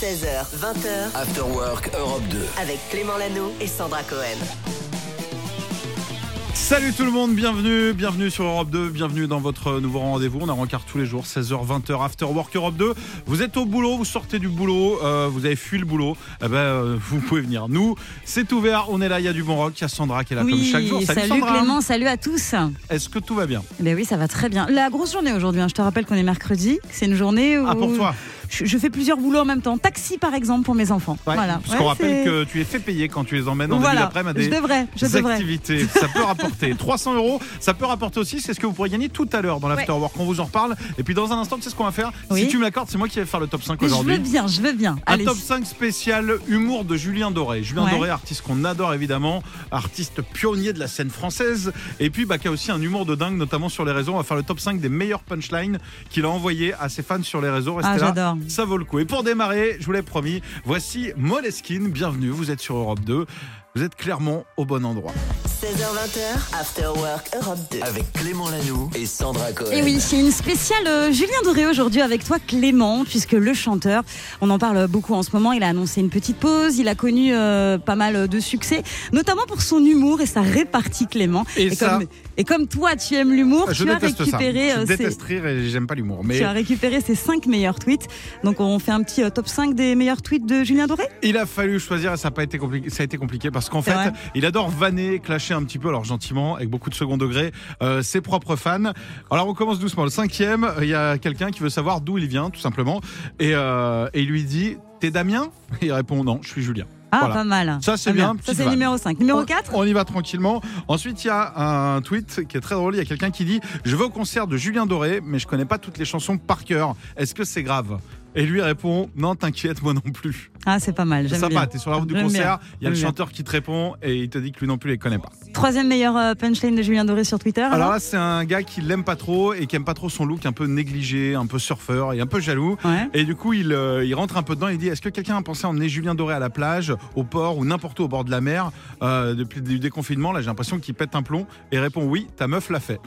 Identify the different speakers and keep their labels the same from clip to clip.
Speaker 1: 16h, 20h,
Speaker 2: After Work Europe 2.
Speaker 1: avec Clément Lano et Sandra Cohen.
Speaker 3: Salut tout le monde, bienvenue, bienvenue sur Europe 2, bienvenue dans votre nouveau rendez-vous. On a rencard tous les jours, 16h, 20h, After Work Europe 2. Vous êtes au boulot, vous sortez du boulot, euh, vous avez fui le boulot, eh ben, euh, vous pouvez venir. Nous, c'est ouvert, on est là, il y a du bon rock, il y a Sandra qui est là Bah, comme
Speaker 4: Oui,
Speaker 3: chaque jour. Salut, Sandra,
Speaker 4: Clément, salut à tous.
Speaker 3: est-ce que tout va bien
Speaker 4: Ben oui, ça va très bien. La grosse journée aujourd'hui, hein. je te rappelle qu'on est mercredi. C'est une journée où
Speaker 3: Ah pour toi
Speaker 4: je, je fais plusieurs boulots en même temps. Taxi par exemple pour mes enfants.
Speaker 3: Ouais,
Speaker 4: Voilà.
Speaker 3: Parce qu'on
Speaker 4: Ouais,
Speaker 3: rappelle
Speaker 4: c'est-
Speaker 3: que tu es fait payer quand tu les emmènes en
Speaker 4: voilà.
Speaker 3: début d'après-midi à des-
Speaker 4: Je devrais, je
Speaker 3: des
Speaker 4: devrais.
Speaker 3: activités. Ça peut rapporter 300 euros. Ça peut rapporter aussi, c'est ce que vous pourrez gagner tout à l'heure dans l'afterwork. On vous en reparle. Et puis dans un instant, tu sais ce qu'on va faire Si
Speaker 4: Oui.
Speaker 3: tu me l'accordes, c'est moi qui vais faire le top 5
Speaker 4: Mais Je veux
Speaker 3: aujourd'hui.
Speaker 4: bien, je veux bien.
Speaker 3: Un
Speaker 4: Allez.
Speaker 3: top 5 spécial humour de Julien Doré. Julien
Speaker 4: Ouais.
Speaker 3: Doré, artiste qu'on adore évidemment, artiste pionnier de la scène française, et puis bah, qui a aussi un humour de dingue, notamment sur les réseaux. On va faire le top 5 des meilleurs punchlines qu'il a envoyé à ses fans sur les réseaux. Restez
Speaker 4: Ah,
Speaker 3: là,
Speaker 4: j'adore.
Speaker 3: ça vaut le coup. Et pour démarrer, je vous l'ai promis, voici Moleskine. Bienvenue, vous êtes sur Europe 2. Vous êtes clairement au bon endroit.
Speaker 1: 16h, 20h, After Work Europe 2.
Speaker 2: Avec Clément Lanoux et Sandra Cohen.
Speaker 1: Eh
Speaker 4: Et Eh oui, c'est une spéciale euh, Julien Doré aujourd'hui avec toi Clément, puisque le chanteur, on en parle beaucoup en ce moment, il a annoncé une petite pause, il a connu euh, pas mal de succès, notamment pour son humour et sa répartie Clément.
Speaker 3: Et ça-
Speaker 4: comme, et comme toi tu aimes l'humour,
Speaker 3: Ah, Je
Speaker 4: tu as
Speaker 3: déteste ça.
Speaker 4: récupéré
Speaker 3: Je
Speaker 4: euh, ces-
Speaker 3: déteste rire et j'aime pas l'humour. Mais
Speaker 4: Tu as récupéré ses 5 meilleurs tweets. Donc on fait un petit euh, top 5 des meilleurs tweets de Julien Doré
Speaker 3: Il a fallu choisir et ça a pas été compliqué. Ça a été compliqué parce qu'en
Speaker 4: C'est
Speaker 3: fait,
Speaker 4: vrai.
Speaker 3: il adore vanner, clasher un petit peu, alors gentiment, avec beaucoup de second degré, euh, ses propres fans. Alors on commence doucement. Le cinquième, euh, il y a quelqu'un qui veut savoir d'où il vient, tout simplement, et, euh, et il lui dit "T'es Damien Et il répond "Non, je suis Julien."
Speaker 4: Ah,
Speaker 3: Voilà.
Speaker 4: pas mal.
Speaker 3: Ça, c'est
Speaker 4: Pas
Speaker 3: bien,
Speaker 4: Ça,
Speaker 3: petite
Speaker 4: c'est
Speaker 3: vanne.
Speaker 4: numéro 5. Numéro
Speaker 3: On-
Speaker 4: 4
Speaker 3: on, y va tranquillement. Ensuite, il y a un tweet qui est très drôle. Il y a quelqu'un qui dit Je vais au concert de Julien Doré, mais je connais pas toutes les chansons par cœur. Est-ce que c'est grave Et lui il répond Non, t'inquiète, moi non plus.
Speaker 4: Ah, c'est pas mal.
Speaker 3: C'est
Speaker 4: J'aime
Speaker 3: sympa,
Speaker 4: bien.
Speaker 3: t'es sur la route du
Speaker 4: J'aime
Speaker 3: concert,
Speaker 4: bien.
Speaker 3: il y a le
Speaker 4: J'aime bien.
Speaker 3: chanteur qui te répond et il te dit que lui non plus il les connaît pas.
Speaker 4: Troisième meilleur euh, punchline de Julien Doré sur Twitter.
Speaker 3: Alors là, c'est un gars qui l'aime pas trop et qui aime pas trop son look un peu négligé, un peu surfeur et un peu jaloux.
Speaker 4: Ouais.
Speaker 3: Et du coup, il, euh, il rentre un peu dedans et il dit Est-ce que quelqu'un a pensé à emmener Julien Doré à la plage, au port ou n'importe où au bord de la mer Euh, Depuis le déconfinement, là, j'ai l'impression qu'il pète un plomb et répond Oui, ta meuf l'a fait.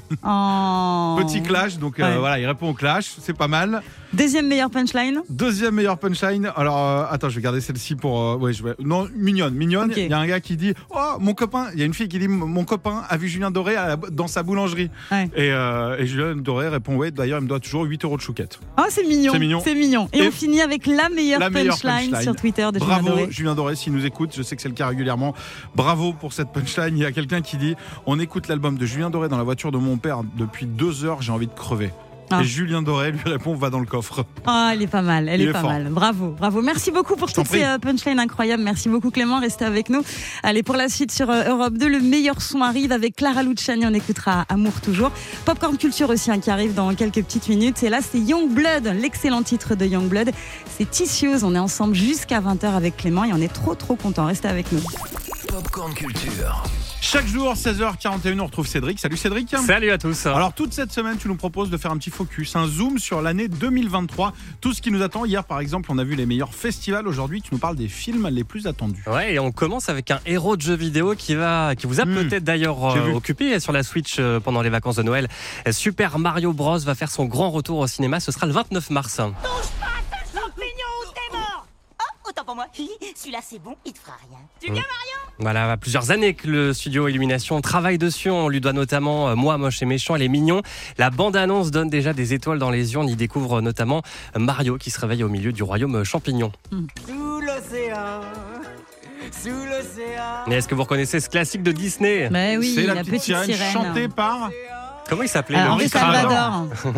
Speaker 4: Oh.
Speaker 3: Petit clash, donc euh,
Speaker 4: Ouais.
Speaker 3: voilà, il répond au clash, c'est pas mal.
Speaker 4: Deuxième meilleur punchline.
Speaker 3: Deuxième meilleur punchline. Alors, euh, attends, je vais garder celle-ci pour. euh, ouais, je vais- Non, mignonne, mignonne. Il
Speaker 4: Ok.
Speaker 3: y a un gars qui dit Oh, mon copain. Il y a une fille qui dit Mon copain a vu Julien Doré à la- dans sa boulangerie.
Speaker 4: Ouais.
Speaker 3: Et, euh, et Julien Doré répond Ouais, d'ailleurs, il me doit toujours 8 euros de chouquette.
Speaker 4: Oh, c'est mignon.
Speaker 3: C'est mignon.
Speaker 4: Et,
Speaker 3: Et-
Speaker 4: on finit avec la meilleure,
Speaker 3: La meilleure
Speaker 4: punchline,
Speaker 3: punchline.
Speaker 4: sur Twitter de
Speaker 3: Bravo,
Speaker 4: Julien Doré.
Speaker 3: Julien Doré, s'il nous écoute, je sais que c'est le cas régulièrement. Bravo pour cette punchline. Il y a quelqu'un qui dit On écoute l'album de Julien Doré dans la voiture de mon père depuis deux heures, j'ai envie de crever.
Speaker 4: Ah.
Speaker 3: Et Julien Doré lui répond Va dans le coffre.
Speaker 4: Ah, elle est pas mal, elle
Speaker 3: Il
Speaker 4: est,
Speaker 3: est
Speaker 4: pas
Speaker 3: fort.
Speaker 4: mal. Bravo, bravo. Merci beaucoup pour
Speaker 3: Je t'en
Speaker 4: toutes ces
Speaker 3: prie.
Speaker 4: euh, punchlines incroyables. Merci beaucoup Clément, restez avec nous. Allez, pour la suite sur euh, Europe 2, le meilleur son arrive avec Clara Luciani, on écoutera Amour toujours. Popcorn Culture aussi hein, qui arrive dans quelques petites minutes. Et là, c'est Young Blood, l'excellent titre de Young Blood. C'est Tissueuse, on est ensemble jusqu'à 20h avec Clément et on est trop trop content. Restez avec nous.
Speaker 2: Popcorn Culture.
Speaker 3: Chaque jour, 16h41, on retrouve Cédric. Salut Cédric.
Speaker 5: Salut à tous.
Speaker 3: Alors toute cette semaine, tu nous proposes de faire un petit focus, un zoom sur l'année 2023, tout ce qui nous attend. Hier par exemple, on a vu les meilleurs festivals. Aujourd'hui, tu nous parles des films les plus attendus.
Speaker 5: Ouais, et on commence avec un héros de jeu vidéo qui va, qui vous a
Speaker 3: Hmm.
Speaker 5: peut-être d'ailleurs
Speaker 3: J'ai
Speaker 5: euh,
Speaker 3: vu.
Speaker 5: occupé sur la Switch euh, pendant les vacances de Noël. Euh, Super Mario Bros va faire son grand retour au cinéma. Ce sera le 29 mars.
Speaker 6: Oh, Autant pour moi. Hi, Celui-là, c'est bon, il te fera rien.
Speaker 5: Hmm. Voilà, à plusieurs années que le studio Illumination travaille dessus. On lui doit notamment euh, Moi, moche et méchant, elle est mignon. La bande-annonce donne déjà des étoiles dans les yeux. On y découvre euh, notamment euh, Mario qui se réveille au milieu du royaume euh, champignon.
Speaker 7: Sous l'océan, sous l'océan.
Speaker 5: Mais est-ce que vous reconnaissez ce classique de Disney
Speaker 4: Mais Bah oui,
Speaker 3: C'est
Speaker 4: la,
Speaker 3: la, petite, sirène, chantée par...
Speaker 5: Comment il s'appelait
Speaker 4: Alors,
Speaker 5: le
Speaker 4: Ah, Henri
Speaker 3: Henri
Speaker 4: Salvador.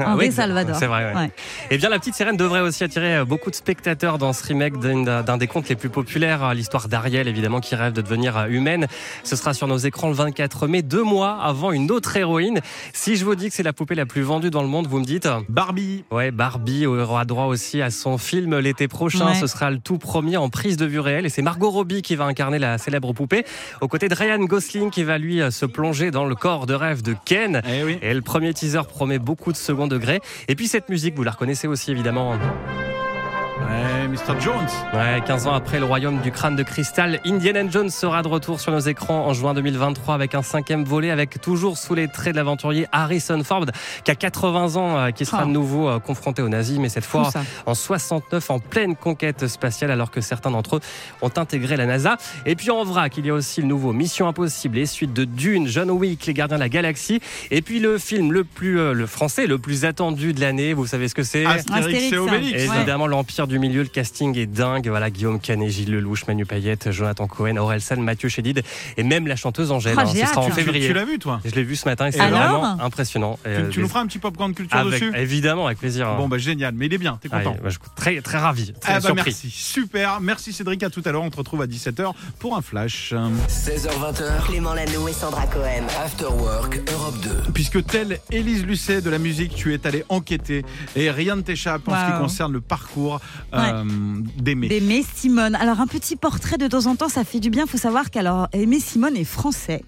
Speaker 5: Ah
Speaker 4: Henri
Speaker 5: oui,
Speaker 4: Salvador.
Speaker 5: C'est vrai, ouais.
Speaker 4: Ouais.
Speaker 5: Eh bien, La Petite Sirène devrait aussi attirer euh, beaucoup de spectateurs dans ce remake d'un d'un des contes les plus populaires. euh, L'histoire d'Ariel, évidemment, qui rêve de devenir euh, humaine. Ce sera sur nos écrans le 24 mai, deux mois avant une autre héroïne. Si je vous dis que c'est la poupée la plus vendue dans le monde, vous me dites euh,
Speaker 3: Barbie.
Speaker 5: Ouais, Barbie aura droit aussi à son film l'été prochain.
Speaker 4: Ouais.
Speaker 5: Ce sera le tout premier en prise de vue réelle. Et c'est Margot Robbie qui va incarner la célèbre poupée, aux côtés de Ryan Gosling qui va lui euh, se plonger dans le corps de rêve de Ken.
Speaker 3: Eh oui.
Speaker 5: Et le premier teaser promet beaucoup de second degré. Et puis cette musique, vous la reconnaissez aussi évidemment.
Speaker 3: Ouais, Mr. Eh, Jones.
Speaker 5: Ouais, 15 ans après le royaume du crâne de cristal, Indiana Jones sera de retour sur nos écrans en juin 2023 avec un cinquième volet avec toujours sous les traits de l'aventurier Harrison Ford qui a 80 ans, euh, qui sera
Speaker 4: Ah.
Speaker 5: de nouveau euh, confronté aux nazis, mais cette
Speaker 4: Fou,
Speaker 5: fois
Speaker 4: ça.
Speaker 5: en 69 en pleine conquête spatiale alors que certains d'entre eux ont intégré la NASA. Et puis en vrac, il y a aussi le nouveau Mission Impossible, les suites de Dune, John Wick, Les Gardiens de la Galaxie. Et puis le film le plus, euh, le français, le plus attendu de l'année, vous savez ce que c'est
Speaker 3: Astérix
Speaker 4: Astérix,
Speaker 3: et
Speaker 4: hein.
Speaker 3: Obélix.
Speaker 4: Ouais.
Speaker 5: Évidemment, l'Empire du Milieu, le casting est dingue. Voilà, Guillaume Canet, Gilles Lelouch, Manu Payette, Jonathan Cohen, Aurel San, Mathieu Chédid et même la chanteuse Angèle.
Speaker 4: Ah,
Speaker 5: hein.
Speaker 4: j'ai
Speaker 5: Ce sera en
Speaker 4: hâte.
Speaker 3: Tu, tu
Speaker 5: février.
Speaker 3: l'as vu, toi
Speaker 5: Je l'ai vu ce matin et c'est
Speaker 4: alors
Speaker 5: vraiment impressionnant.
Speaker 3: Tu,
Speaker 5: Euh,
Speaker 3: tu nous feras un petit popcorn culture
Speaker 5: avec,
Speaker 3: dessus
Speaker 5: Évidemment, avec plaisir. hein.
Speaker 3: Bon, bah génial, mais il est bien, t'es
Speaker 5: Ah,
Speaker 3: content.
Speaker 5: bah, je suis très, très ravi, très
Speaker 3: Ah bah
Speaker 5: surpris.
Speaker 3: merci, super, merci Cédric, à tout à l'heure, on te retrouve à 17h pour un flash.
Speaker 2: 16h20h,
Speaker 1: Clément Lano et Sandra Cohen.
Speaker 2: After Work Europe 2.
Speaker 3: Puisque telle Élise Lucet de la musique, tu es allée enquêter et rien ne t'échappe en ce qui
Speaker 4: Wow.
Speaker 3: concerne le parcours euh, d'Aimé.
Speaker 4: Aimé Simone. Alors, un petit portrait de temps en temps, ça fait du bien. Il faut savoir qu'alors, Aimé Simone est français.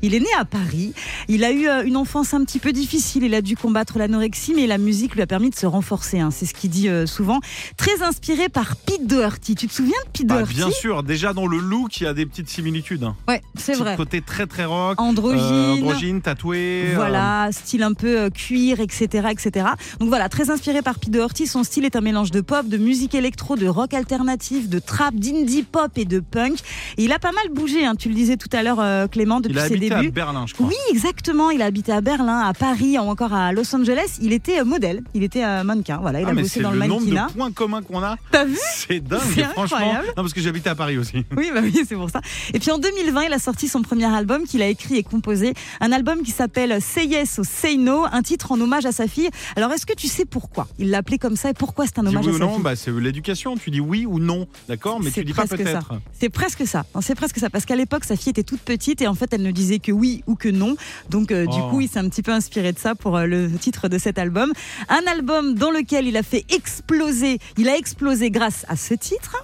Speaker 4: Il est né à Paris. Il a eu euh, une enfance un petit peu difficile. Il a dû combattre l'anorexie, mais la musique lui a permis de se renforcer. hein. C'est ce qu'il dit euh, souvent. Très inspiré par Pete Doherty. Tu te souviens de Pete
Speaker 3: Bah,
Speaker 4: Doherty
Speaker 3: bien sûr, déjà dans le look, il y a des petites similitudes. hein.
Speaker 4: Ouais, c'est
Speaker 3: Petit
Speaker 4: vrai.
Speaker 3: Côté très très rock,
Speaker 4: Androgyne.
Speaker 3: euh, androgyne, tatoué. euh,
Speaker 4: Voilà, style un peu euh, cuir, etc., etc. Donc voilà, très inspiré par Pete Doherty, son style est un mélange de pop, de musique électro, de rock alternatif, de trap, d'indie pop et de punk. Et il a pas mal bougé, hein, tu le disais tout à l'heure, euh, Clément, depuis
Speaker 3: il a
Speaker 4: ses
Speaker 3: habité à
Speaker 4: débuts.
Speaker 3: Berlin, je crois.
Speaker 4: Oui, exactement. Il a habité à Berlin, à Paris, ou encore à Los Angeles. Il était euh, modèle, il était euh, mannequin. Voilà, il
Speaker 3: Ah,
Speaker 4: a
Speaker 3: mais
Speaker 4: bossé
Speaker 3: c'est
Speaker 4: dans
Speaker 3: le
Speaker 4: le
Speaker 3: nombre
Speaker 4: mannequinat.
Speaker 3: de points communs qu'on a.
Speaker 4: T'as vu
Speaker 3: C'est dingue,
Speaker 4: C'est
Speaker 3: franchement.
Speaker 4: incroyable.
Speaker 3: Non, parce que j'habitais à Paris aussi.
Speaker 4: Oui, bah oui, c'est pour ça. Et puis en 2020, il a sorti son premier album qu'il a écrit et composé. Un album qui s'appelle Say Yes ou Say No, un titre en hommage à sa fille. Alors est-ce que tu sais pourquoi il l'a appelé comme ça et pourquoi c'est un
Speaker 3: Dis
Speaker 4: hommage
Speaker 3: oui
Speaker 4: à
Speaker 3: ou
Speaker 4: sa
Speaker 3: non,
Speaker 4: fille
Speaker 3: bah, c'est l'éducation. Tu dis oui ou non, d'accord, mais
Speaker 4: C'est
Speaker 3: tu dis pas
Speaker 4: presque ça.
Speaker 3: peut-être.
Speaker 4: C'est presque ça. Non, C'est presque ça. Parce qu'à l'époque, sa fille était toute petite et en fait, elle ne disait que oui ou que non. Donc, euh, du
Speaker 3: Oh.
Speaker 4: coup, il s'est un petit peu inspiré de ça pour euh, le titre de cet album. Un album dans lequel il a fait exploser. Il a explosé grâce à ce titre.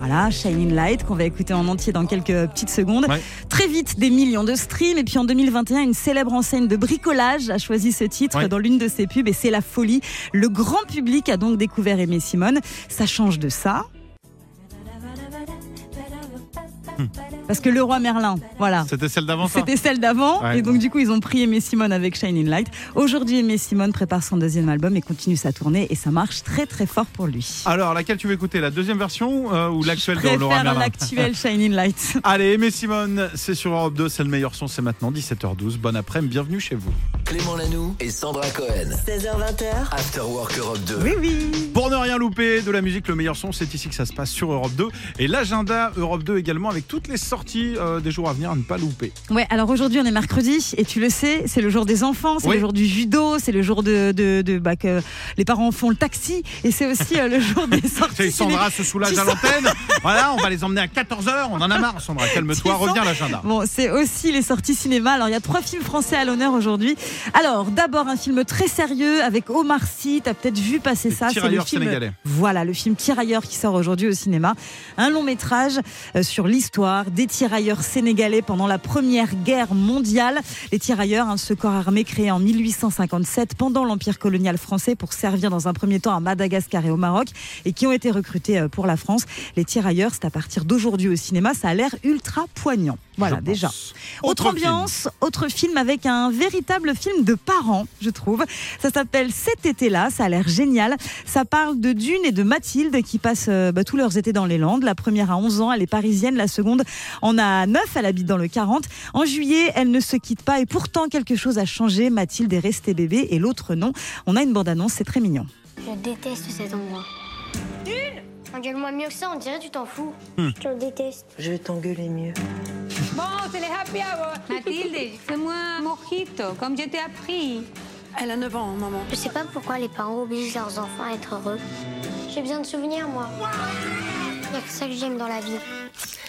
Speaker 4: Voilà, Shining Light, qu'on va écouter en entier dans quelques petites secondes.
Speaker 3: Ouais.
Speaker 4: Très vite, des millions de streams. Et puis en 2021, une célèbre enseigne de bricolage a choisi ce titre
Speaker 3: Ouais.
Speaker 4: dans l'une de ses pubs. Et c'est la folie. Le grand public a donc découvert Aimé Simone. Ça change de ça. Parce que le roi Merlin, voilà.
Speaker 3: C'était celle d'avant Hmm. ça
Speaker 4: C'était celle d'avant,
Speaker 3: Ouais.
Speaker 4: et donc du coup ils ont pris Aimé Simone avec Shining Light. Aujourd'hui Aimé Simone prépare son deuxième album et continue sa tournée, et ça marche très très fort pour lui.
Speaker 3: Alors, laquelle tu veux écouter La deuxième version euh, ou l'actuelle
Speaker 4: Je
Speaker 3: de Laura
Speaker 4: préfère
Speaker 3: Merlin
Speaker 4: l'actuel Shining Light.
Speaker 3: Allez, Aimé Simone, c'est sur Europe 2, c'est le meilleur son, c'est maintenant 17h12. Bon après-midi, bienvenue chez vous.
Speaker 2: Clément Lanoux et Sandra Cohen.
Speaker 1: 16h20h,
Speaker 2: After Work Europe 2.
Speaker 4: Oui oui.
Speaker 3: Pour ne rien louper de la musique, le meilleur son, c'est ici que ça se passe sur Europe 2. Et l'agenda Europe 2 également, avec toutes les sorties euh, des jours à venir à ne pas louper.
Speaker 4: Ouais, alors aujourd'hui on est mercredi, et tu le sais, c'est le jour des enfants, c'est
Speaker 3: Oui.
Speaker 4: le jour du judo, c'est le jour de, de, de- bah, que les parents font le taxi, et c'est aussi euh, le jour des
Speaker 3: C'est
Speaker 4: sorties. ciné.
Speaker 3: Sandra se soulage
Speaker 4: tu
Speaker 3: à l'antenne. voilà, on va les emmener à 14h. On en a marre, Sandra. Calme-toi,
Speaker 4: Tu sens-
Speaker 3: reviens à l'agenda.
Speaker 4: Bon, c'est aussi les sorties cinéma. Alors, il y a trois films français à l'honneur aujourd'hui. Alors, d'abord, un film très sérieux avec Omar Sy. T'as peut-être vu passer
Speaker 3: Les
Speaker 4: ça.
Speaker 3: tirailleurs
Speaker 4: film.
Speaker 3: sénégalais.
Speaker 4: Voilà, le film Tirailleurs qui sort aujourd'hui au cinéma. Un long métrage euh, sur l'histoire des tirailleurs sénégalais pendant la Première Guerre mondiale. Les tirailleurs, hein, ce corps armé créé en 1857 pendant l'Empire colonial français pour servir dans un premier temps à Madagascar et au Maroc et qui ont été recrutés euh, pour la France. Les tirailleurs, c'est à partir d'aujourd'hui au cinéma. Ça a l'air ultra poignant. Voilà,
Speaker 3: Je
Speaker 4: déjà.
Speaker 3: pense.
Speaker 4: Autre,
Speaker 3: film.
Speaker 4: ambiance, autre film avec un véritable film de parents, je trouve. Ça s'appelle Cet été-là, ça a l'air génial. Ça parle de Dune et de Mathilde qui passent euh, bah, tous leurs étés dans les Landes. La première à 11 ans, elle est parisienne, la seconde en a 9, elle habite dans le 40. En juillet, elle ne se quitte pas et pourtant quelque chose a changé. Mathilde est restée bébé et l'autre non. On a une bande-annonce, c'est très mignon.
Speaker 8: Je déteste cet endroit. Dune Engueule-moi mieux que ça, on dirait que tu t'en fous. Je le déteste.
Speaker 1: je vais t'engueuler mieux.
Speaker 9: Bon, c'est les happy hour. Mathilde, fais-moi un mojito, comme je t'ai appris. Elle a 9 ans, maman.
Speaker 8: Je sais pas pourquoi les parents obligent leurs enfants à être heureux. J'ai besoin de souvenirs, moi. Il a que ça que j'aime dans la vie.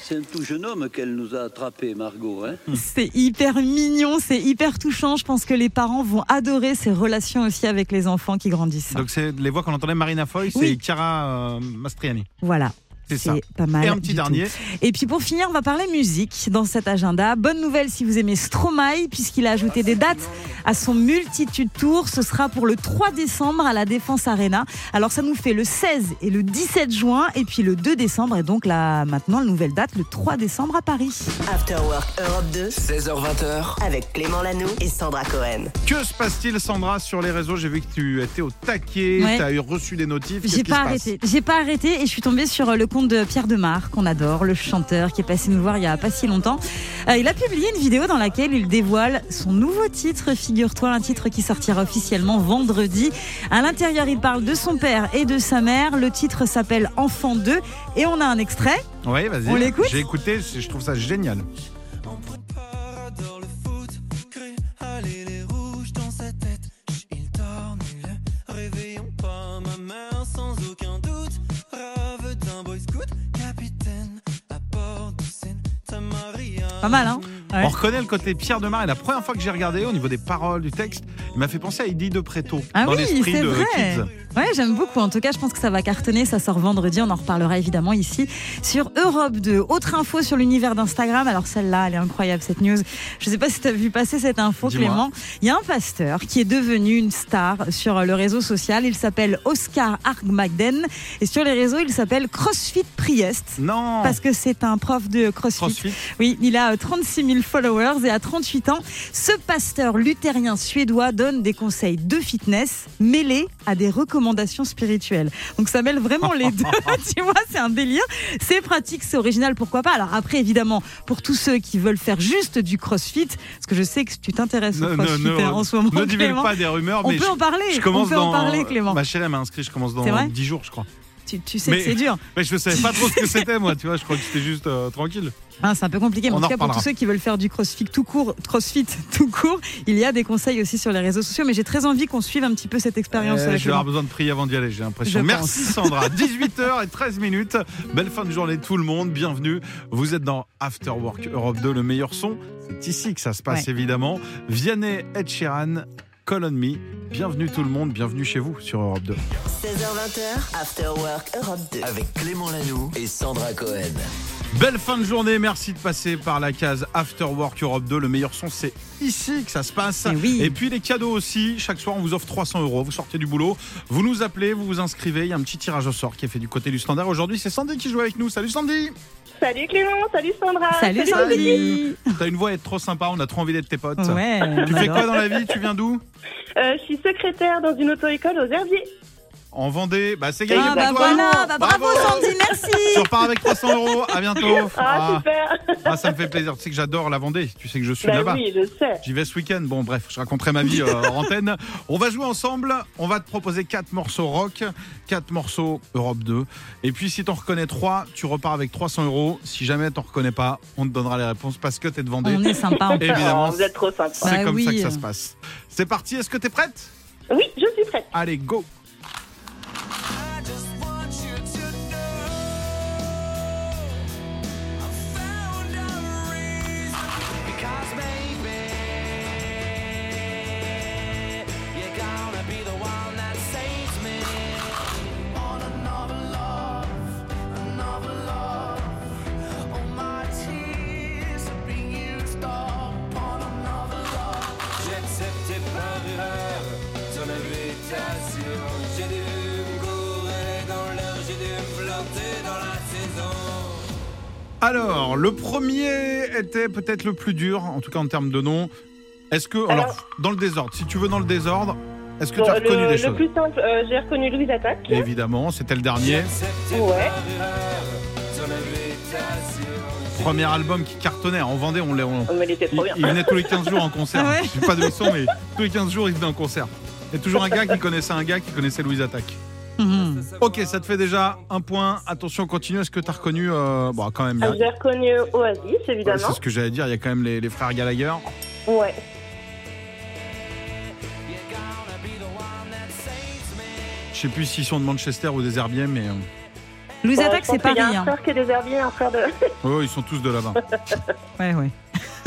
Speaker 10: C'est un tout jeune homme qu'elle nous a attrapé, Margot. Hein
Speaker 4: C'est hyper mignon, c'est hyper touchant. Je pense que les parents vont adorer ces relations aussi avec les enfants qui grandissent.
Speaker 3: Donc, c'est les voix qu'on entendait Marina Foy, c'est
Speaker 4: Oui.
Speaker 3: Chiara euh, Mastriani.
Speaker 4: Voilà.
Speaker 3: C'est ça.
Speaker 4: C'est pas mal.
Speaker 3: Et un petit
Speaker 4: du
Speaker 3: dernier.
Speaker 4: tout. Et puis pour finir, on va parler musique dans cet agenda. Bonne nouvelle si vous aimez Stromae, puisqu'il a ajouté des dates à son multitude tour. Ce sera pour le 3 décembre à la Défense Arena. Alors ça nous fait le 16 et le 17 juin, et puis le 2 décembre, et donc là maintenant, la nouvelle date, le 3 décembre à Paris.
Speaker 1: After Work Europe 2
Speaker 2: 16h20h,
Speaker 1: avec Clément Lanoux et Sandra Cohen.
Speaker 3: Que se passe-t-il, Sandra, sur les réseaux J'ai vu que tu étais au taquet,
Speaker 4: Ouais.
Speaker 3: tu as eu reçu des notifs.
Speaker 4: J'ai
Speaker 3: Qu'est-ce qui
Speaker 4: pas
Speaker 3: se passe
Speaker 4: arrêté. J'ai pas arrêté et je suis tombée sur euh, le compte de Pierre Demar qu'on adore, le chanteur qui est passé nous voir il y a pas si longtemps. Euh, il a publié une vidéo dans laquelle il dévoile son nouveau titre, figure-toi, un titre qui sortira officiellement vendredi. À l'intérieur, il parle de son père et de sa mère. Le titre s'appelle Enfant 2 et on a un extrait.
Speaker 3: Oui, vas-y.
Speaker 4: On l'écoute
Speaker 3: J'ai écouté, c'est- je trouve ça génial.
Speaker 4: Pas mal, hein Ouais.
Speaker 3: On reconnaît le côté Pierre Demar. Et la première fois que j'ai regardé au niveau des paroles, du texte, il m'a fait penser à Eddie de Préto.
Speaker 4: Ah
Speaker 3: dans
Speaker 4: oui,
Speaker 3: l'esprit
Speaker 4: c'est
Speaker 3: de
Speaker 4: vrai.
Speaker 3: Kids.
Speaker 4: Ouais, j'aime beaucoup. En tout cas, je pense que ça va cartonner. Ça sort vendredi. On en reparlera évidemment ici sur Europe 2. Autre info sur l'univers d'Instagram. Alors celle-là, elle est incroyable cette news. Je sais pas si tu as vu passer cette info,
Speaker 3: Dis-moi.
Speaker 4: Clément. Il y a un pasteur qui est devenu une star sur le réseau social. Il s'appelle Oscar Argmagden et sur les réseaux, il s'appelle CrossFit Priest.
Speaker 3: Non.
Speaker 4: Parce que c'est un prof de
Speaker 3: Crossfit.
Speaker 4: oui, il a euh, 36 000 followers et à 38 ans, ce pasteur luthérien suédois donne des conseils de fitness mêlés à des recommandations spirituelles. Donc ça mêle vraiment les deux. tu vois, c'est un délire. C'est pratique, c'est original, pourquoi pas. Alors après, évidemment, pour tous ceux qui veulent faire juste du crossfit, parce que je sais que tu t'intéresses au
Speaker 3: Ne,
Speaker 4: crossfit
Speaker 3: ne- ne-
Speaker 4: hein, en ce moment,
Speaker 3: ne divulgue
Speaker 4: Clément.
Speaker 3: pas des rumeurs,
Speaker 4: On
Speaker 3: mais
Speaker 4: peut
Speaker 3: je,
Speaker 4: en parler.
Speaker 3: je commence
Speaker 4: on peut
Speaker 3: dans.
Speaker 4: en parler, Clément.
Speaker 3: Ma chérie elle m'a inscrit, je commence dans
Speaker 4: C'est vrai
Speaker 3: 10 jours, je crois.
Speaker 4: Tu, tu sais
Speaker 3: Mais-
Speaker 4: que c'est dur.
Speaker 3: Mais je ne savais pas trop ce que c'était, moi, tu vois. Je crois que c'était juste euh, tranquille.
Speaker 4: Hein, c'est un peu compliqué, mais
Speaker 3: On en
Speaker 4: en tout cas pour tous
Speaker 3: reparlera.
Speaker 4: ceux qui veulent faire du crossfit tout court, crossfit tout court, il y a des conseils aussi sur les réseaux sociaux. Mais j'ai très envie qu'on suive un petit peu cette expérience.
Speaker 3: Euh,
Speaker 4: euh,
Speaker 3: je vais avoir
Speaker 4: Clément.
Speaker 3: besoin de prier avant d'y aller, j'ai l'impression.
Speaker 4: Je
Speaker 3: Merci Sandra. 18h et 13 minutes. Belle fin de journée tout le monde. Bienvenue. Vous êtes dans After Work Europe 2, le meilleur son. C'est ici que ça se passe
Speaker 4: Ouais.
Speaker 3: évidemment. Vianney Ed Sheeran, Call on Me. Bienvenue tout le monde. Bienvenue chez vous sur Europe 2.
Speaker 1: 16h20h, After Work Europe 2.
Speaker 2: avec Clément Lanoux et Sandra Cohen.
Speaker 3: Belle fin de journée. Merci de passer par la case After Work Europe 2. Le meilleur son, c'est ici que ça se passe.
Speaker 4: Eh oui.
Speaker 3: Et puis les cadeaux aussi. Chaque soir, on vous offre 300 euros. Vous sortez du boulot, vous nous appelez, vous vous inscrivez. Il y a un petit tirage au sort qui est fait du côté du standard. Aujourd'hui, c'est Sandy qui joue avec nous. Salut Sandy.
Speaker 11: Salut Clément, salut Sandra.
Speaker 4: Salut Sandy
Speaker 3: T'as une voix à être trop sympa. On a trop envie d'être tes potes.
Speaker 4: Ouais,
Speaker 3: Tu
Speaker 4: on
Speaker 3: fais
Speaker 4: adore.
Speaker 3: quoi dans la vie Tu viens d'où
Speaker 11: Euh, je suis secrétaire dans une auto-école aux Herbiers.
Speaker 3: En Vendée. Bah c'est gagné
Speaker 4: Ah
Speaker 3: pour
Speaker 4: bah
Speaker 3: toi.
Speaker 4: voilà, bah bravo Sandy,
Speaker 3: Tu
Speaker 4: merci
Speaker 3: repars avec 300 euros. À bientôt.
Speaker 11: Ah,
Speaker 3: Ah,
Speaker 11: super.
Speaker 3: ah, ça me fait plaisir. Tu sais que j'adore la Vendée. Tu sais que je suis
Speaker 11: Bah
Speaker 3: là-bas.
Speaker 11: oui, je sais.
Speaker 3: J'y vais ce week-end. Bon, bref, je raconterai ma vie euh, hors antenne. On va jouer ensemble. On va te proposer quatre morceaux rock, quatre morceaux Europe 2. Et puis, si t'en reconnais trois, tu repars avec 300 euros. Si jamais t'en reconnais pas, on te donnera les réponses parce que t'es de Vendée.
Speaker 4: On est sympa. on-
Speaker 3: Évidemment,
Speaker 11: Oh, vous êtes trop sympa.
Speaker 3: c'est
Speaker 4: Bah
Speaker 3: comme ça
Speaker 4: oui.
Speaker 3: que ça se passe. C'est parti. Est-ce que t'es prête
Speaker 11: Oui, je suis prête.
Speaker 3: Allez, go. Alors, le premier était peut-être le plus dur, en tout cas en termes de nom. Est-ce que, alors,
Speaker 11: Alors-
Speaker 3: dans le désordre, si tu veux dans le désordre, est-ce que
Speaker 11: Bon,
Speaker 3: tu as reconnu
Speaker 11: le,
Speaker 3: les
Speaker 11: le
Speaker 3: choses
Speaker 11: plus simple, euh, j'ai reconnu Louise Attaque.
Speaker 3: Évidemment, c'était le dernier.
Speaker 11: Ouais.
Speaker 3: Premier album qui cartonnait. En Vendée, on l'a. on-
Speaker 11: Oh, mais elle était
Speaker 3: Il,
Speaker 11: trop bien.
Speaker 3: il venait tous les 15 jours en concert.
Speaker 4: Ah ouais
Speaker 3: Je sais pas de leçon, mais tous les 15 jours, il venait en concert. Il y a toujours un gars qui connaissait un gars qui connaissait Louise Attaque.
Speaker 4: Mhm.
Speaker 3: Ok, ça te fait déjà un point. Attention, continue. Est-ce que tu as reconnu. euh, bon, quand même, il y a-
Speaker 11: Ah, J'ai reconnu Oasis,
Speaker 3: Ouais,
Speaker 11: évidemment.
Speaker 3: c'est ce que j'allais dire. Il y a quand même les, les frères Gallagher.
Speaker 11: Ouais.
Speaker 3: Je sais plus s'ils sont de Manchester ou des Herbiers, mais. euh,
Speaker 4: Louise
Speaker 11: Bon,
Speaker 4: Attaque,
Speaker 11: je pense
Speaker 4: c'est
Speaker 11: qu'il y a
Speaker 4: Paris.
Speaker 11: Un
Speaker 4: hein.
Speaker 11: frère qui est des Herbiers, un frère de.
Speaker 3: ouais, ils sont tous de là-bas.
Speaker 4: Ouais, ouais.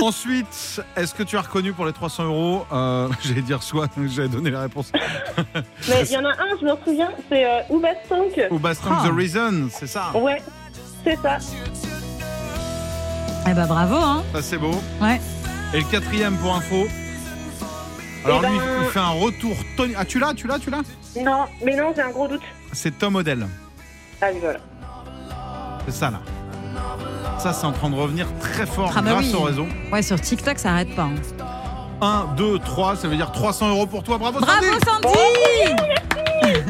Speaker 3: Ensuite, est-ce que tu as reconnu pour les 300 euros euh, J'allais dire soit, j'allais donner la réponse.
Speaker 11: Mais il y en a un, je me souviens, c'est euh, Oubastank.
Speaker 3: Ou Bastante
Speaker 4: Ah.
Speaker 3: The Reason, c'est ça
Speaker 11: Ouais. c'est ça.
Speaker 4: Eh ben bravo, hein
Speaker 3: Ça, c'est beau.
Speaker 4: Ouais.
Speaker 3: Et le quatrième pour info. Alors
Speaker 11: Eh
Speaker 3: lui,
Speaker 11: ben-
Speaker 3: il fait un retour. Tony... Ah, tu l'as, tu l'as, tu l'as
Speaker 11: Non, mais non, j'ai un gros doute.
Speaker 3: C'est Tom Odell.
Speaker 11: Ah oui, voilà.
Speaker 3: C'est ça, là. Ça, c'est en train de revenir très fort
Speaker 4: Ah bah
Speaker 3: grâce
Speaker 4: oui.
Speaker 3: aux réseaux.
Speaker 4: Ouais, sur TikTok, ça arrête pas. hein.
Speaker 3: 1, 2, 3, ça veut dire 300 euros pour toi. Bravo,
Speaker 4: Bravo,
Speaker 3: Sandy
Speaker 4: Sandy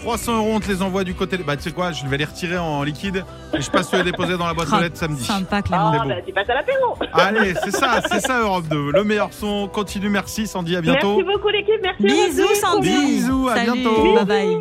Speaker 3: 300 euros, on te les envoie du côté. Bah, tu sais quoi, je vais les retirer en liquide et je passe te les déposer dans la boîte aux lettres samedi.
Speaker 4: Ah, Sympa, Clément.
Speaker 3: C'est
Speaker 11: Ah,
Speaker 3: beau.
Speaker 11: bah, tu passes à l'apéro.
Speaker 3: Allez, c'est ça, c'est ça, Europe 2. Le meilleur son continue. Merci, Sandy, à bientôt.
Speaker 11: Merci beaucoup, l'équipe. Merci.
Speaker 4: Bisous,
Speaker 11: Rosie.
Speaker 4: Sandy
Speaker 3: Bisous, à
Speaker 4: Salut,
Speaker 3: bientôt.
Speaker 4: Bye bye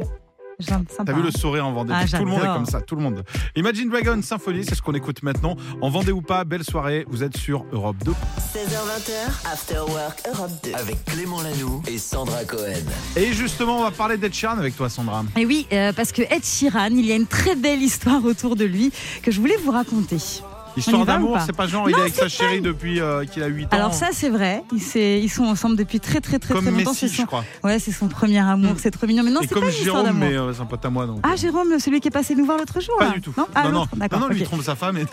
Speaker 4: Jean- sympa,
Speaker 3: T'as vu
Speaker 4: hein.
Speaker 3: le sourire en Vendée
Speaker 4: Ah,
Speaker 3: Tout le monde est
Speaker 4: j'adore.
Speaker 3: comme ça, tout le monde. Imagine Dragon Symphonie, c'est ce qu'on écoute maintenant. En Vendée ou pas, belle soirée, vous êtes sur Europe 2.
Speaker 1: 16h20, After Work Europe 2.
Speaker 2: Avec Clément Lanoux et Sandra Cohen.
Speaker 3: Et justement, on va parler d'Ed Sheeran avec toi, Sandra.
Speaker 4: Et oui, euh, parce que Ed Sheeran, il y a une très belle histoire autour de lui que je voulais vous raconter.
Speaker 3: Oh.
Speaker 4: On
Speaker 3: Histoire
Speaker 4: y va ou
Speaker 3: d'amour,
Speaker 4: pas
Speaker 3: c'est pas genre, il
Speaker 4: Non,
Speaker 3: est avec
Speaker 4: c'est
Speaker 3: sa chérie depuis euh, qu'il a 8 ans.
Speaker 4: Alors ça, c'est vrai. Ils, s'est- ils sont ensemble depuis très très très
Speaker 3: comme
Speaker 4: très longtemps.
Speaker 3: Messi,
Speaker 4: C'est son-
Speaker 3: je crois. Mm.
Speaker 4: Ouais, c'est son premier amour. C'est trop mignon. Mais non,
Speaker 3: et
Speaker 4: c'est
Speaker 3: comme
Speaker 4: pas une histoire
Speaker 3: Jérôme,
Speaker 4: d'amour.
Speaker 3: mais euh, c'est un pote à moi. Donc.
Speaker 4: Ah, Jérôme, celui qui est passé nous voir l'autre jour
Speaker 3: pas
Speaker 4: là.
Speaker 3: du tout.
Speaker 4: Non, ah,
Speaker 3: non, non,
Speaker 4: l'autre. D'accord,
Speaker 3: Non, non, lui
Speaker 4: ok. Ah,
Speaker 3: il trompe sa femme. Et...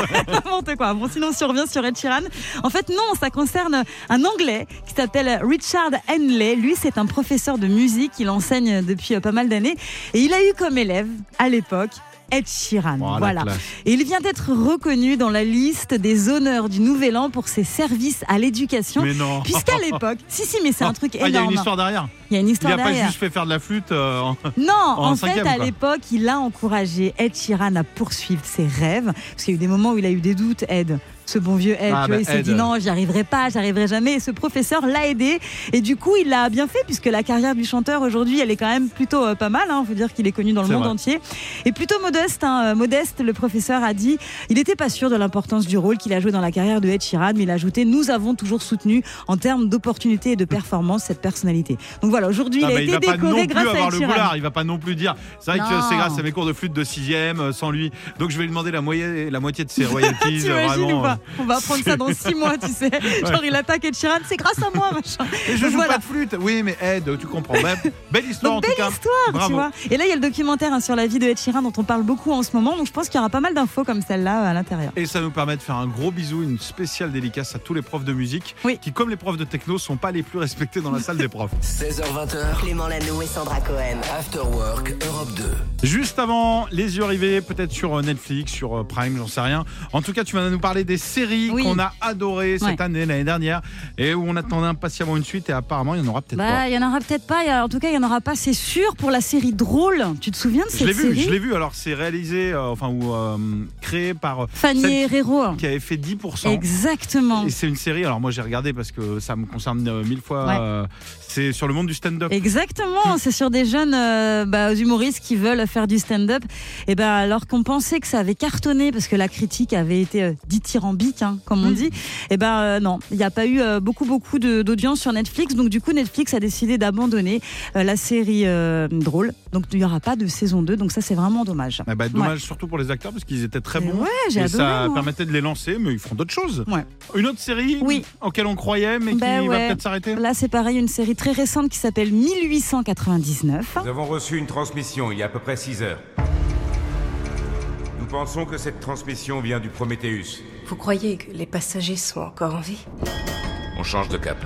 Speaker 4: N'importe quoi. Bon, sinon, si on revient sur Ed Sheeran. En fait, non, ça concerne un Anglais qui s'appelle Richard Henley. Lui, c'est un professeur de musique. Il enseigne depuis euh, pas mal d'années. Et il a eu comme élève, à l'époque, Ed Sheeran.
Speaker 3: Oh, la
Speaker 4: voilà.
Speaker 3: classe.
Speaker 4: Et il vient d'être reconnu dans la liste des honneurs du Nouvel An pour ses services à l'éducation.
Speaker 3: Mais non.
Speaker 4: Puisqu'à l'époque, si, si, mais c'est un truc
Speaker 3: Ah, il y a une
Speaker 4: énorme.
Speaker 3: histoire derrière.
Speaker 4: Il y a une
Speaker 3: Il
Speaker 4: histoire
Speaker 3: a pas
Speaker 4: derrière.
Speaker 3: juste fait faire de la flûte. euh, en-
Speaker 4: Non, en, fait,
Speaker 3: cinquième,
Speaker 4: à
Speaker 3: quoi.
Speaker 4: l'époque, il a encouragé Ed Sheeran à poursuivre ses rêves. Parce qu'il y a eu des moments où il a eu des doutes, Ed. Ce bon vieux Ed,
Speaker 3: Ah,
Speaker 4: tu vois,
Speaker 3: bah,
Speaker 4: il s'est
Speaker 3: Ed.
Speaker 4: dit non, j'y arriverai pas, j'y arriverai jamais. Et ce professeur l'a aidé. Et du coup, il l'a bien fait, puisque la carrière du chanteur aujourd'hui, elle est quand même plutôt euh, pas mal. Il faut dire qu'il est connu dans le
Speaker 3: C'est
Speaker 4: monde
Speaker 3: vrai.
Speaker 4: entier. Et plutôt modeste, hein, euh, modeste, le professeur a dit il n'était pas sûr de l'importance du rôle qu'il a joué dans la carrière de Ed Sheeran, mais il a ajouté nous avons toujours soutenu en termes d'opportunités et de performance cette personnalité. Donc voilà, aujourd'hui,
Speaker 3: Ah,
Speaker 4: il a
Speaker 3: mais
Speaker 4: été
Speaker 3: va pas non
Speaker 4: décoré
Speaker 3: plus
Speaker 4: grâce à
Speaker 3: avoir
Speaker 4: Ed
Speaker 3: le
Speaker 4: Sheeran.
Speaker 3: boulard. Il va pas non plus dire. C'est vrai que
Speaker 4: Non.
Speaker 3: c'est grâce à mes cours de flûte de 6ème, sans lui. Donc je vais lui demander la, moyenne- la moitié de ses royalties. euh,
Speaker 4: T'imagines
Speaker 3: vraiment,
Speaker 4: ou pas On va apprendre ça dans six mois, tu sais. Genre, il attaque Ed Sheeran, c'est grâce à moi, machin.
Speaker 3: Et je
Speaker 4: Donc
Speaker 3: joue
Speaker 4: voilà.
Speaker 3: pas de flûte. Oui, mais Ed, tu comprends. Bah, belle histoire
Speaker 4: Donc,
Speaker 3: en tout
Speaker 4: belle
Speaker 3: cas.
Speaker 4: histoire, tu
Speaker 3: Bravo.
Speaker 4: vois. Et là, il y a le documentaire hein, sur la vie de Ed Sheeran dont on parle beaucoup en ce moment. Donc, je pense qu'il y aura pas mal d'infos comme celle-là euh, à l'intérieur.
Speaker 3: Et ça nous permet de faire un gros bisou, une spéciale dédicace à tous les profs de musique
Speaker 4: Oui.
Speaker 3: qui, comme les profs de techno, sont pas les plus respectés dans la salle des profs.
Speaker 2: 16h20h,
Speaker 1: Clément Lano et Sandra Cohen.
Speaker 2: After Work Europe 2.
Speaker 3: Juste avant, les yeux rivés, peut-être sur euh, Netflix, sur euh, Prime, j'en sais rien. En tout cas, tu vas nous parler des séries
Speaker 4: Oui.
Speaker 3: qu'on a adorées cette
Speaker 4: Ouais.
Speaker 3: année, l'année dernière, et où on attendait impatiemment une suite, et apparemment, il n'y en aura peut-être pas.
Speaker 4: Bah, il y en aura peut-être pas. il y a- En tout cas, il y en aura pas, c'est sûr, pour la série drôle. Tu te souviens de
Speaker 3: Je
Speaker 4: cette
Speaker 3: l'ai vu,
Speaker 4: série
Speaker 3: je l'ai vu. Alors, c'est réalisé, euh, enfin, ou euh, créé par euh,
Speaker 4: Fanny
Speaker 3: celle
Speaker 4: Herrero.
Speaker 3: qui avait fait 10%.
Speaker 4: Exactement.
Speaker 3: Et c'est une série, alors moi j'ai regardé parce que ça me concerne euh, mille fois.
Speaker 4: Ouais.
Speaker 3: euh, c'est sur le monde du stand-up.
Speaker 4: Exactement, c'est sur des jeunes euh, bah, humoristes qui veulent faire du stand-up. Et ben alors qu'on pensait que ça avait cartonné parce que la critique avait été euh, dithyrambique, hein, comme
Speaker 3: Mm.
Speaker 4: on dit, et ben euh, non, il n'y a pas eu euh, beaucoup beaucoup de- d'audience sur Netflix. Donc du coup, Netflix a décidé d'abandonner euh, la série euh, drôle. Donc il n'y aura pas de saison 2. Donc ça, c'est vraiment dommage.
Speaker 3: Ah bah, dommage surtout pour les acteurs parce qu'ils étaient très
Speaker 4: Mais
Speaker 3: bons.
Speaker 4: ouais, j'ai
Speaker 3: Ah et
Speaker 4: adoré.
Speaker 3: ça
Speaker 4: moi.
Speaker 3: permettait de les lancer, mais ils feront d'autres choses.
Speaker 4: Ouais.
Speaker 3: Une autre série
Speaker 4: Oui.
Speaker 3: auquel on croyait, mais
Speaker 4: Bah
Speaker 3: qui va
Speaker 4: ouais.
Speaker 3: peut-être s'arrêter.
Speaker 4: Là, c'est pareil, une série très récente qui s'appelle 1899.
Speaker 12: Nous avons reçu une transmission il y a à peu près 6 heures. Nous pensons que cette transmission vient du Prométhéeus.
Speaker 13: Vous croyez que les passagers sont encore en vie
Speaker 12: On change de cap.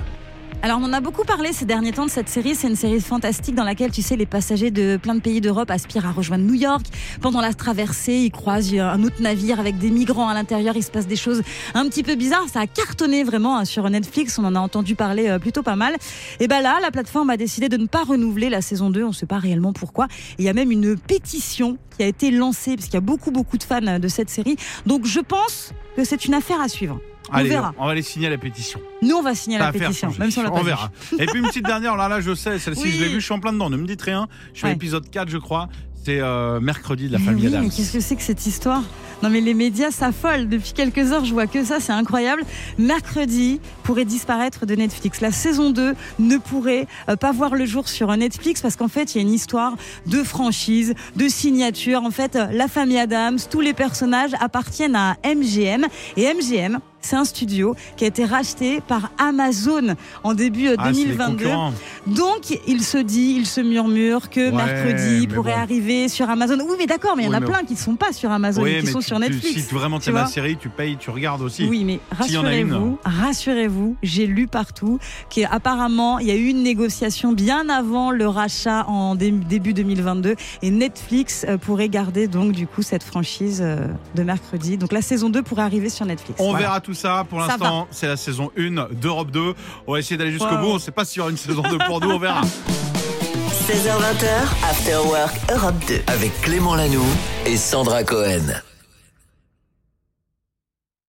Speaker 4: Alors, on en a beaucoup parlé ces derniers temps de cette série. C'est une série fantastique dans laquelle, tu sais, les passagers de plein de pays d'Europe aspirent à rejoindre New York. Pendant la traversée, ils croisent euh, un autre navire avec des migrants à l'intérieur. Il se passe des choses un petit peu bizarres. Ça a cartonné vraiment hein, sur Netflix. On en a entendu parler euh, plutôt pas mal. Et ben là, la plateforme a décidé de ne pas renouveler la saison 2. On ne sait pas réellement pourquoi. Et Il y a même une pétition qui a été lancée parce qu'il y a beaucoup, beaucoup de fans euh, de cette série. Donc, je pense que c'est une affaire à suivre. On
Speaker 3: Allez,
Speaker 4: verra.
Speaker 3: on va les signer la pétition.
Speaker 4: Nous, on va signer
Speaker 3: Pas
Speaker 4: la
Speaker 3: à faire,
Speaker 4: pétition,
Speaker 3: changer.
Speaker 4: même sur la
Speaker 3: On
Speaker 4: page.
Speaker 3: verra. Et puis une petite dernière, là, là, je sais, celle-ci,
Speaker 4: Oui.
Speaker 3: je l'ai vue, je suis en plein dedans, ne me dites rien. Je suis à
Speaker 4: Ouais.
Speaker 3: l'épisode 4, je crois. C'est euh, mercredi de la
Speaker 4: Mais
Speaker 3: famille
Speaker 4: oui,
Speaker 3: Adams.
Speaker 4: mais qu'est-ce que c'est que cette histoire Non mais les médias s'affolent. Depuis quelques heures, je vois que ça, c'est incroyable. Mercredi pourrait disparaître de Netflix. La saison 2 ne pourrait euh, pas voir le jour sur euh, Netflix parce qu'en fait, il y a une histoire de franchise, de signature. En fait, euh, la famille Adams, tous les personnages appartiennent à MGM. Et MGM, C'est un studio qui a été racheté par Amazon en début euh,
Speaker 3: Ah, c'est les
Speaker 4: 2022.
Speaker 3: concurrents.
Speaker 4: Donc, il se dit, il se murmure
Speaker 3: Ouais,
Speaker 4: que mercredi
Speaker 3: mais
Speaker 4: pourrait
Speaker 3: bon.
Speaker 4: arriver sur Amazon. Oui, mais d'accord, mais il y en
Speaker 3: Oui,
Speaker 4: a
Speaker 3: mais-
Speaker 4: plein qui ne sont pas sur Amazon
Speaker 3: Oui,
Speaker 4: et qui
Speaker 3: mais
Speaker 4: sont
Speaker 3: tu-
Speaker 4: sur
Speaker 3: tu-
Speaker 4: Netflix.
Speaker 3: Si vraiment
Speaker 4: tu
Speaker 3: t'aimes la
Speaker 4: vois.
Speaker 3: série, tu payes, tu regardes aussi.
Speaker 4: Oui, mais
Speaker 3: S'il y en a une.
Speaker 4: rassurez-vous, rassurez-vous, j'ai lu partout qu'apparemment, il y a eu une négociation bien avant le rachat en dé- début 2022 et Netflix euh, pourrait garder donc du coup cette franchise euh, de mercredi. Donc la saison 2 pourrait arriver sur Netflix.
Speaker 3: On
Speaker 4: Voilà.
Speaker 3: verra tout ça. Pour
Speaker 4: Ça
Speaker 3: l'instant, c'est la saison 1 d'Europe 2. On va essayer d'aller jusqu'au
Speaker 1: Wow.
Speaker 3: bout. On ne sait pas s'il y aura une saison 2 pour nous. On verra.
Speaker 1: 16h20, After Work Europe 2.
Speaker 2: Avec Clément Lanoux et Sandra Cohen.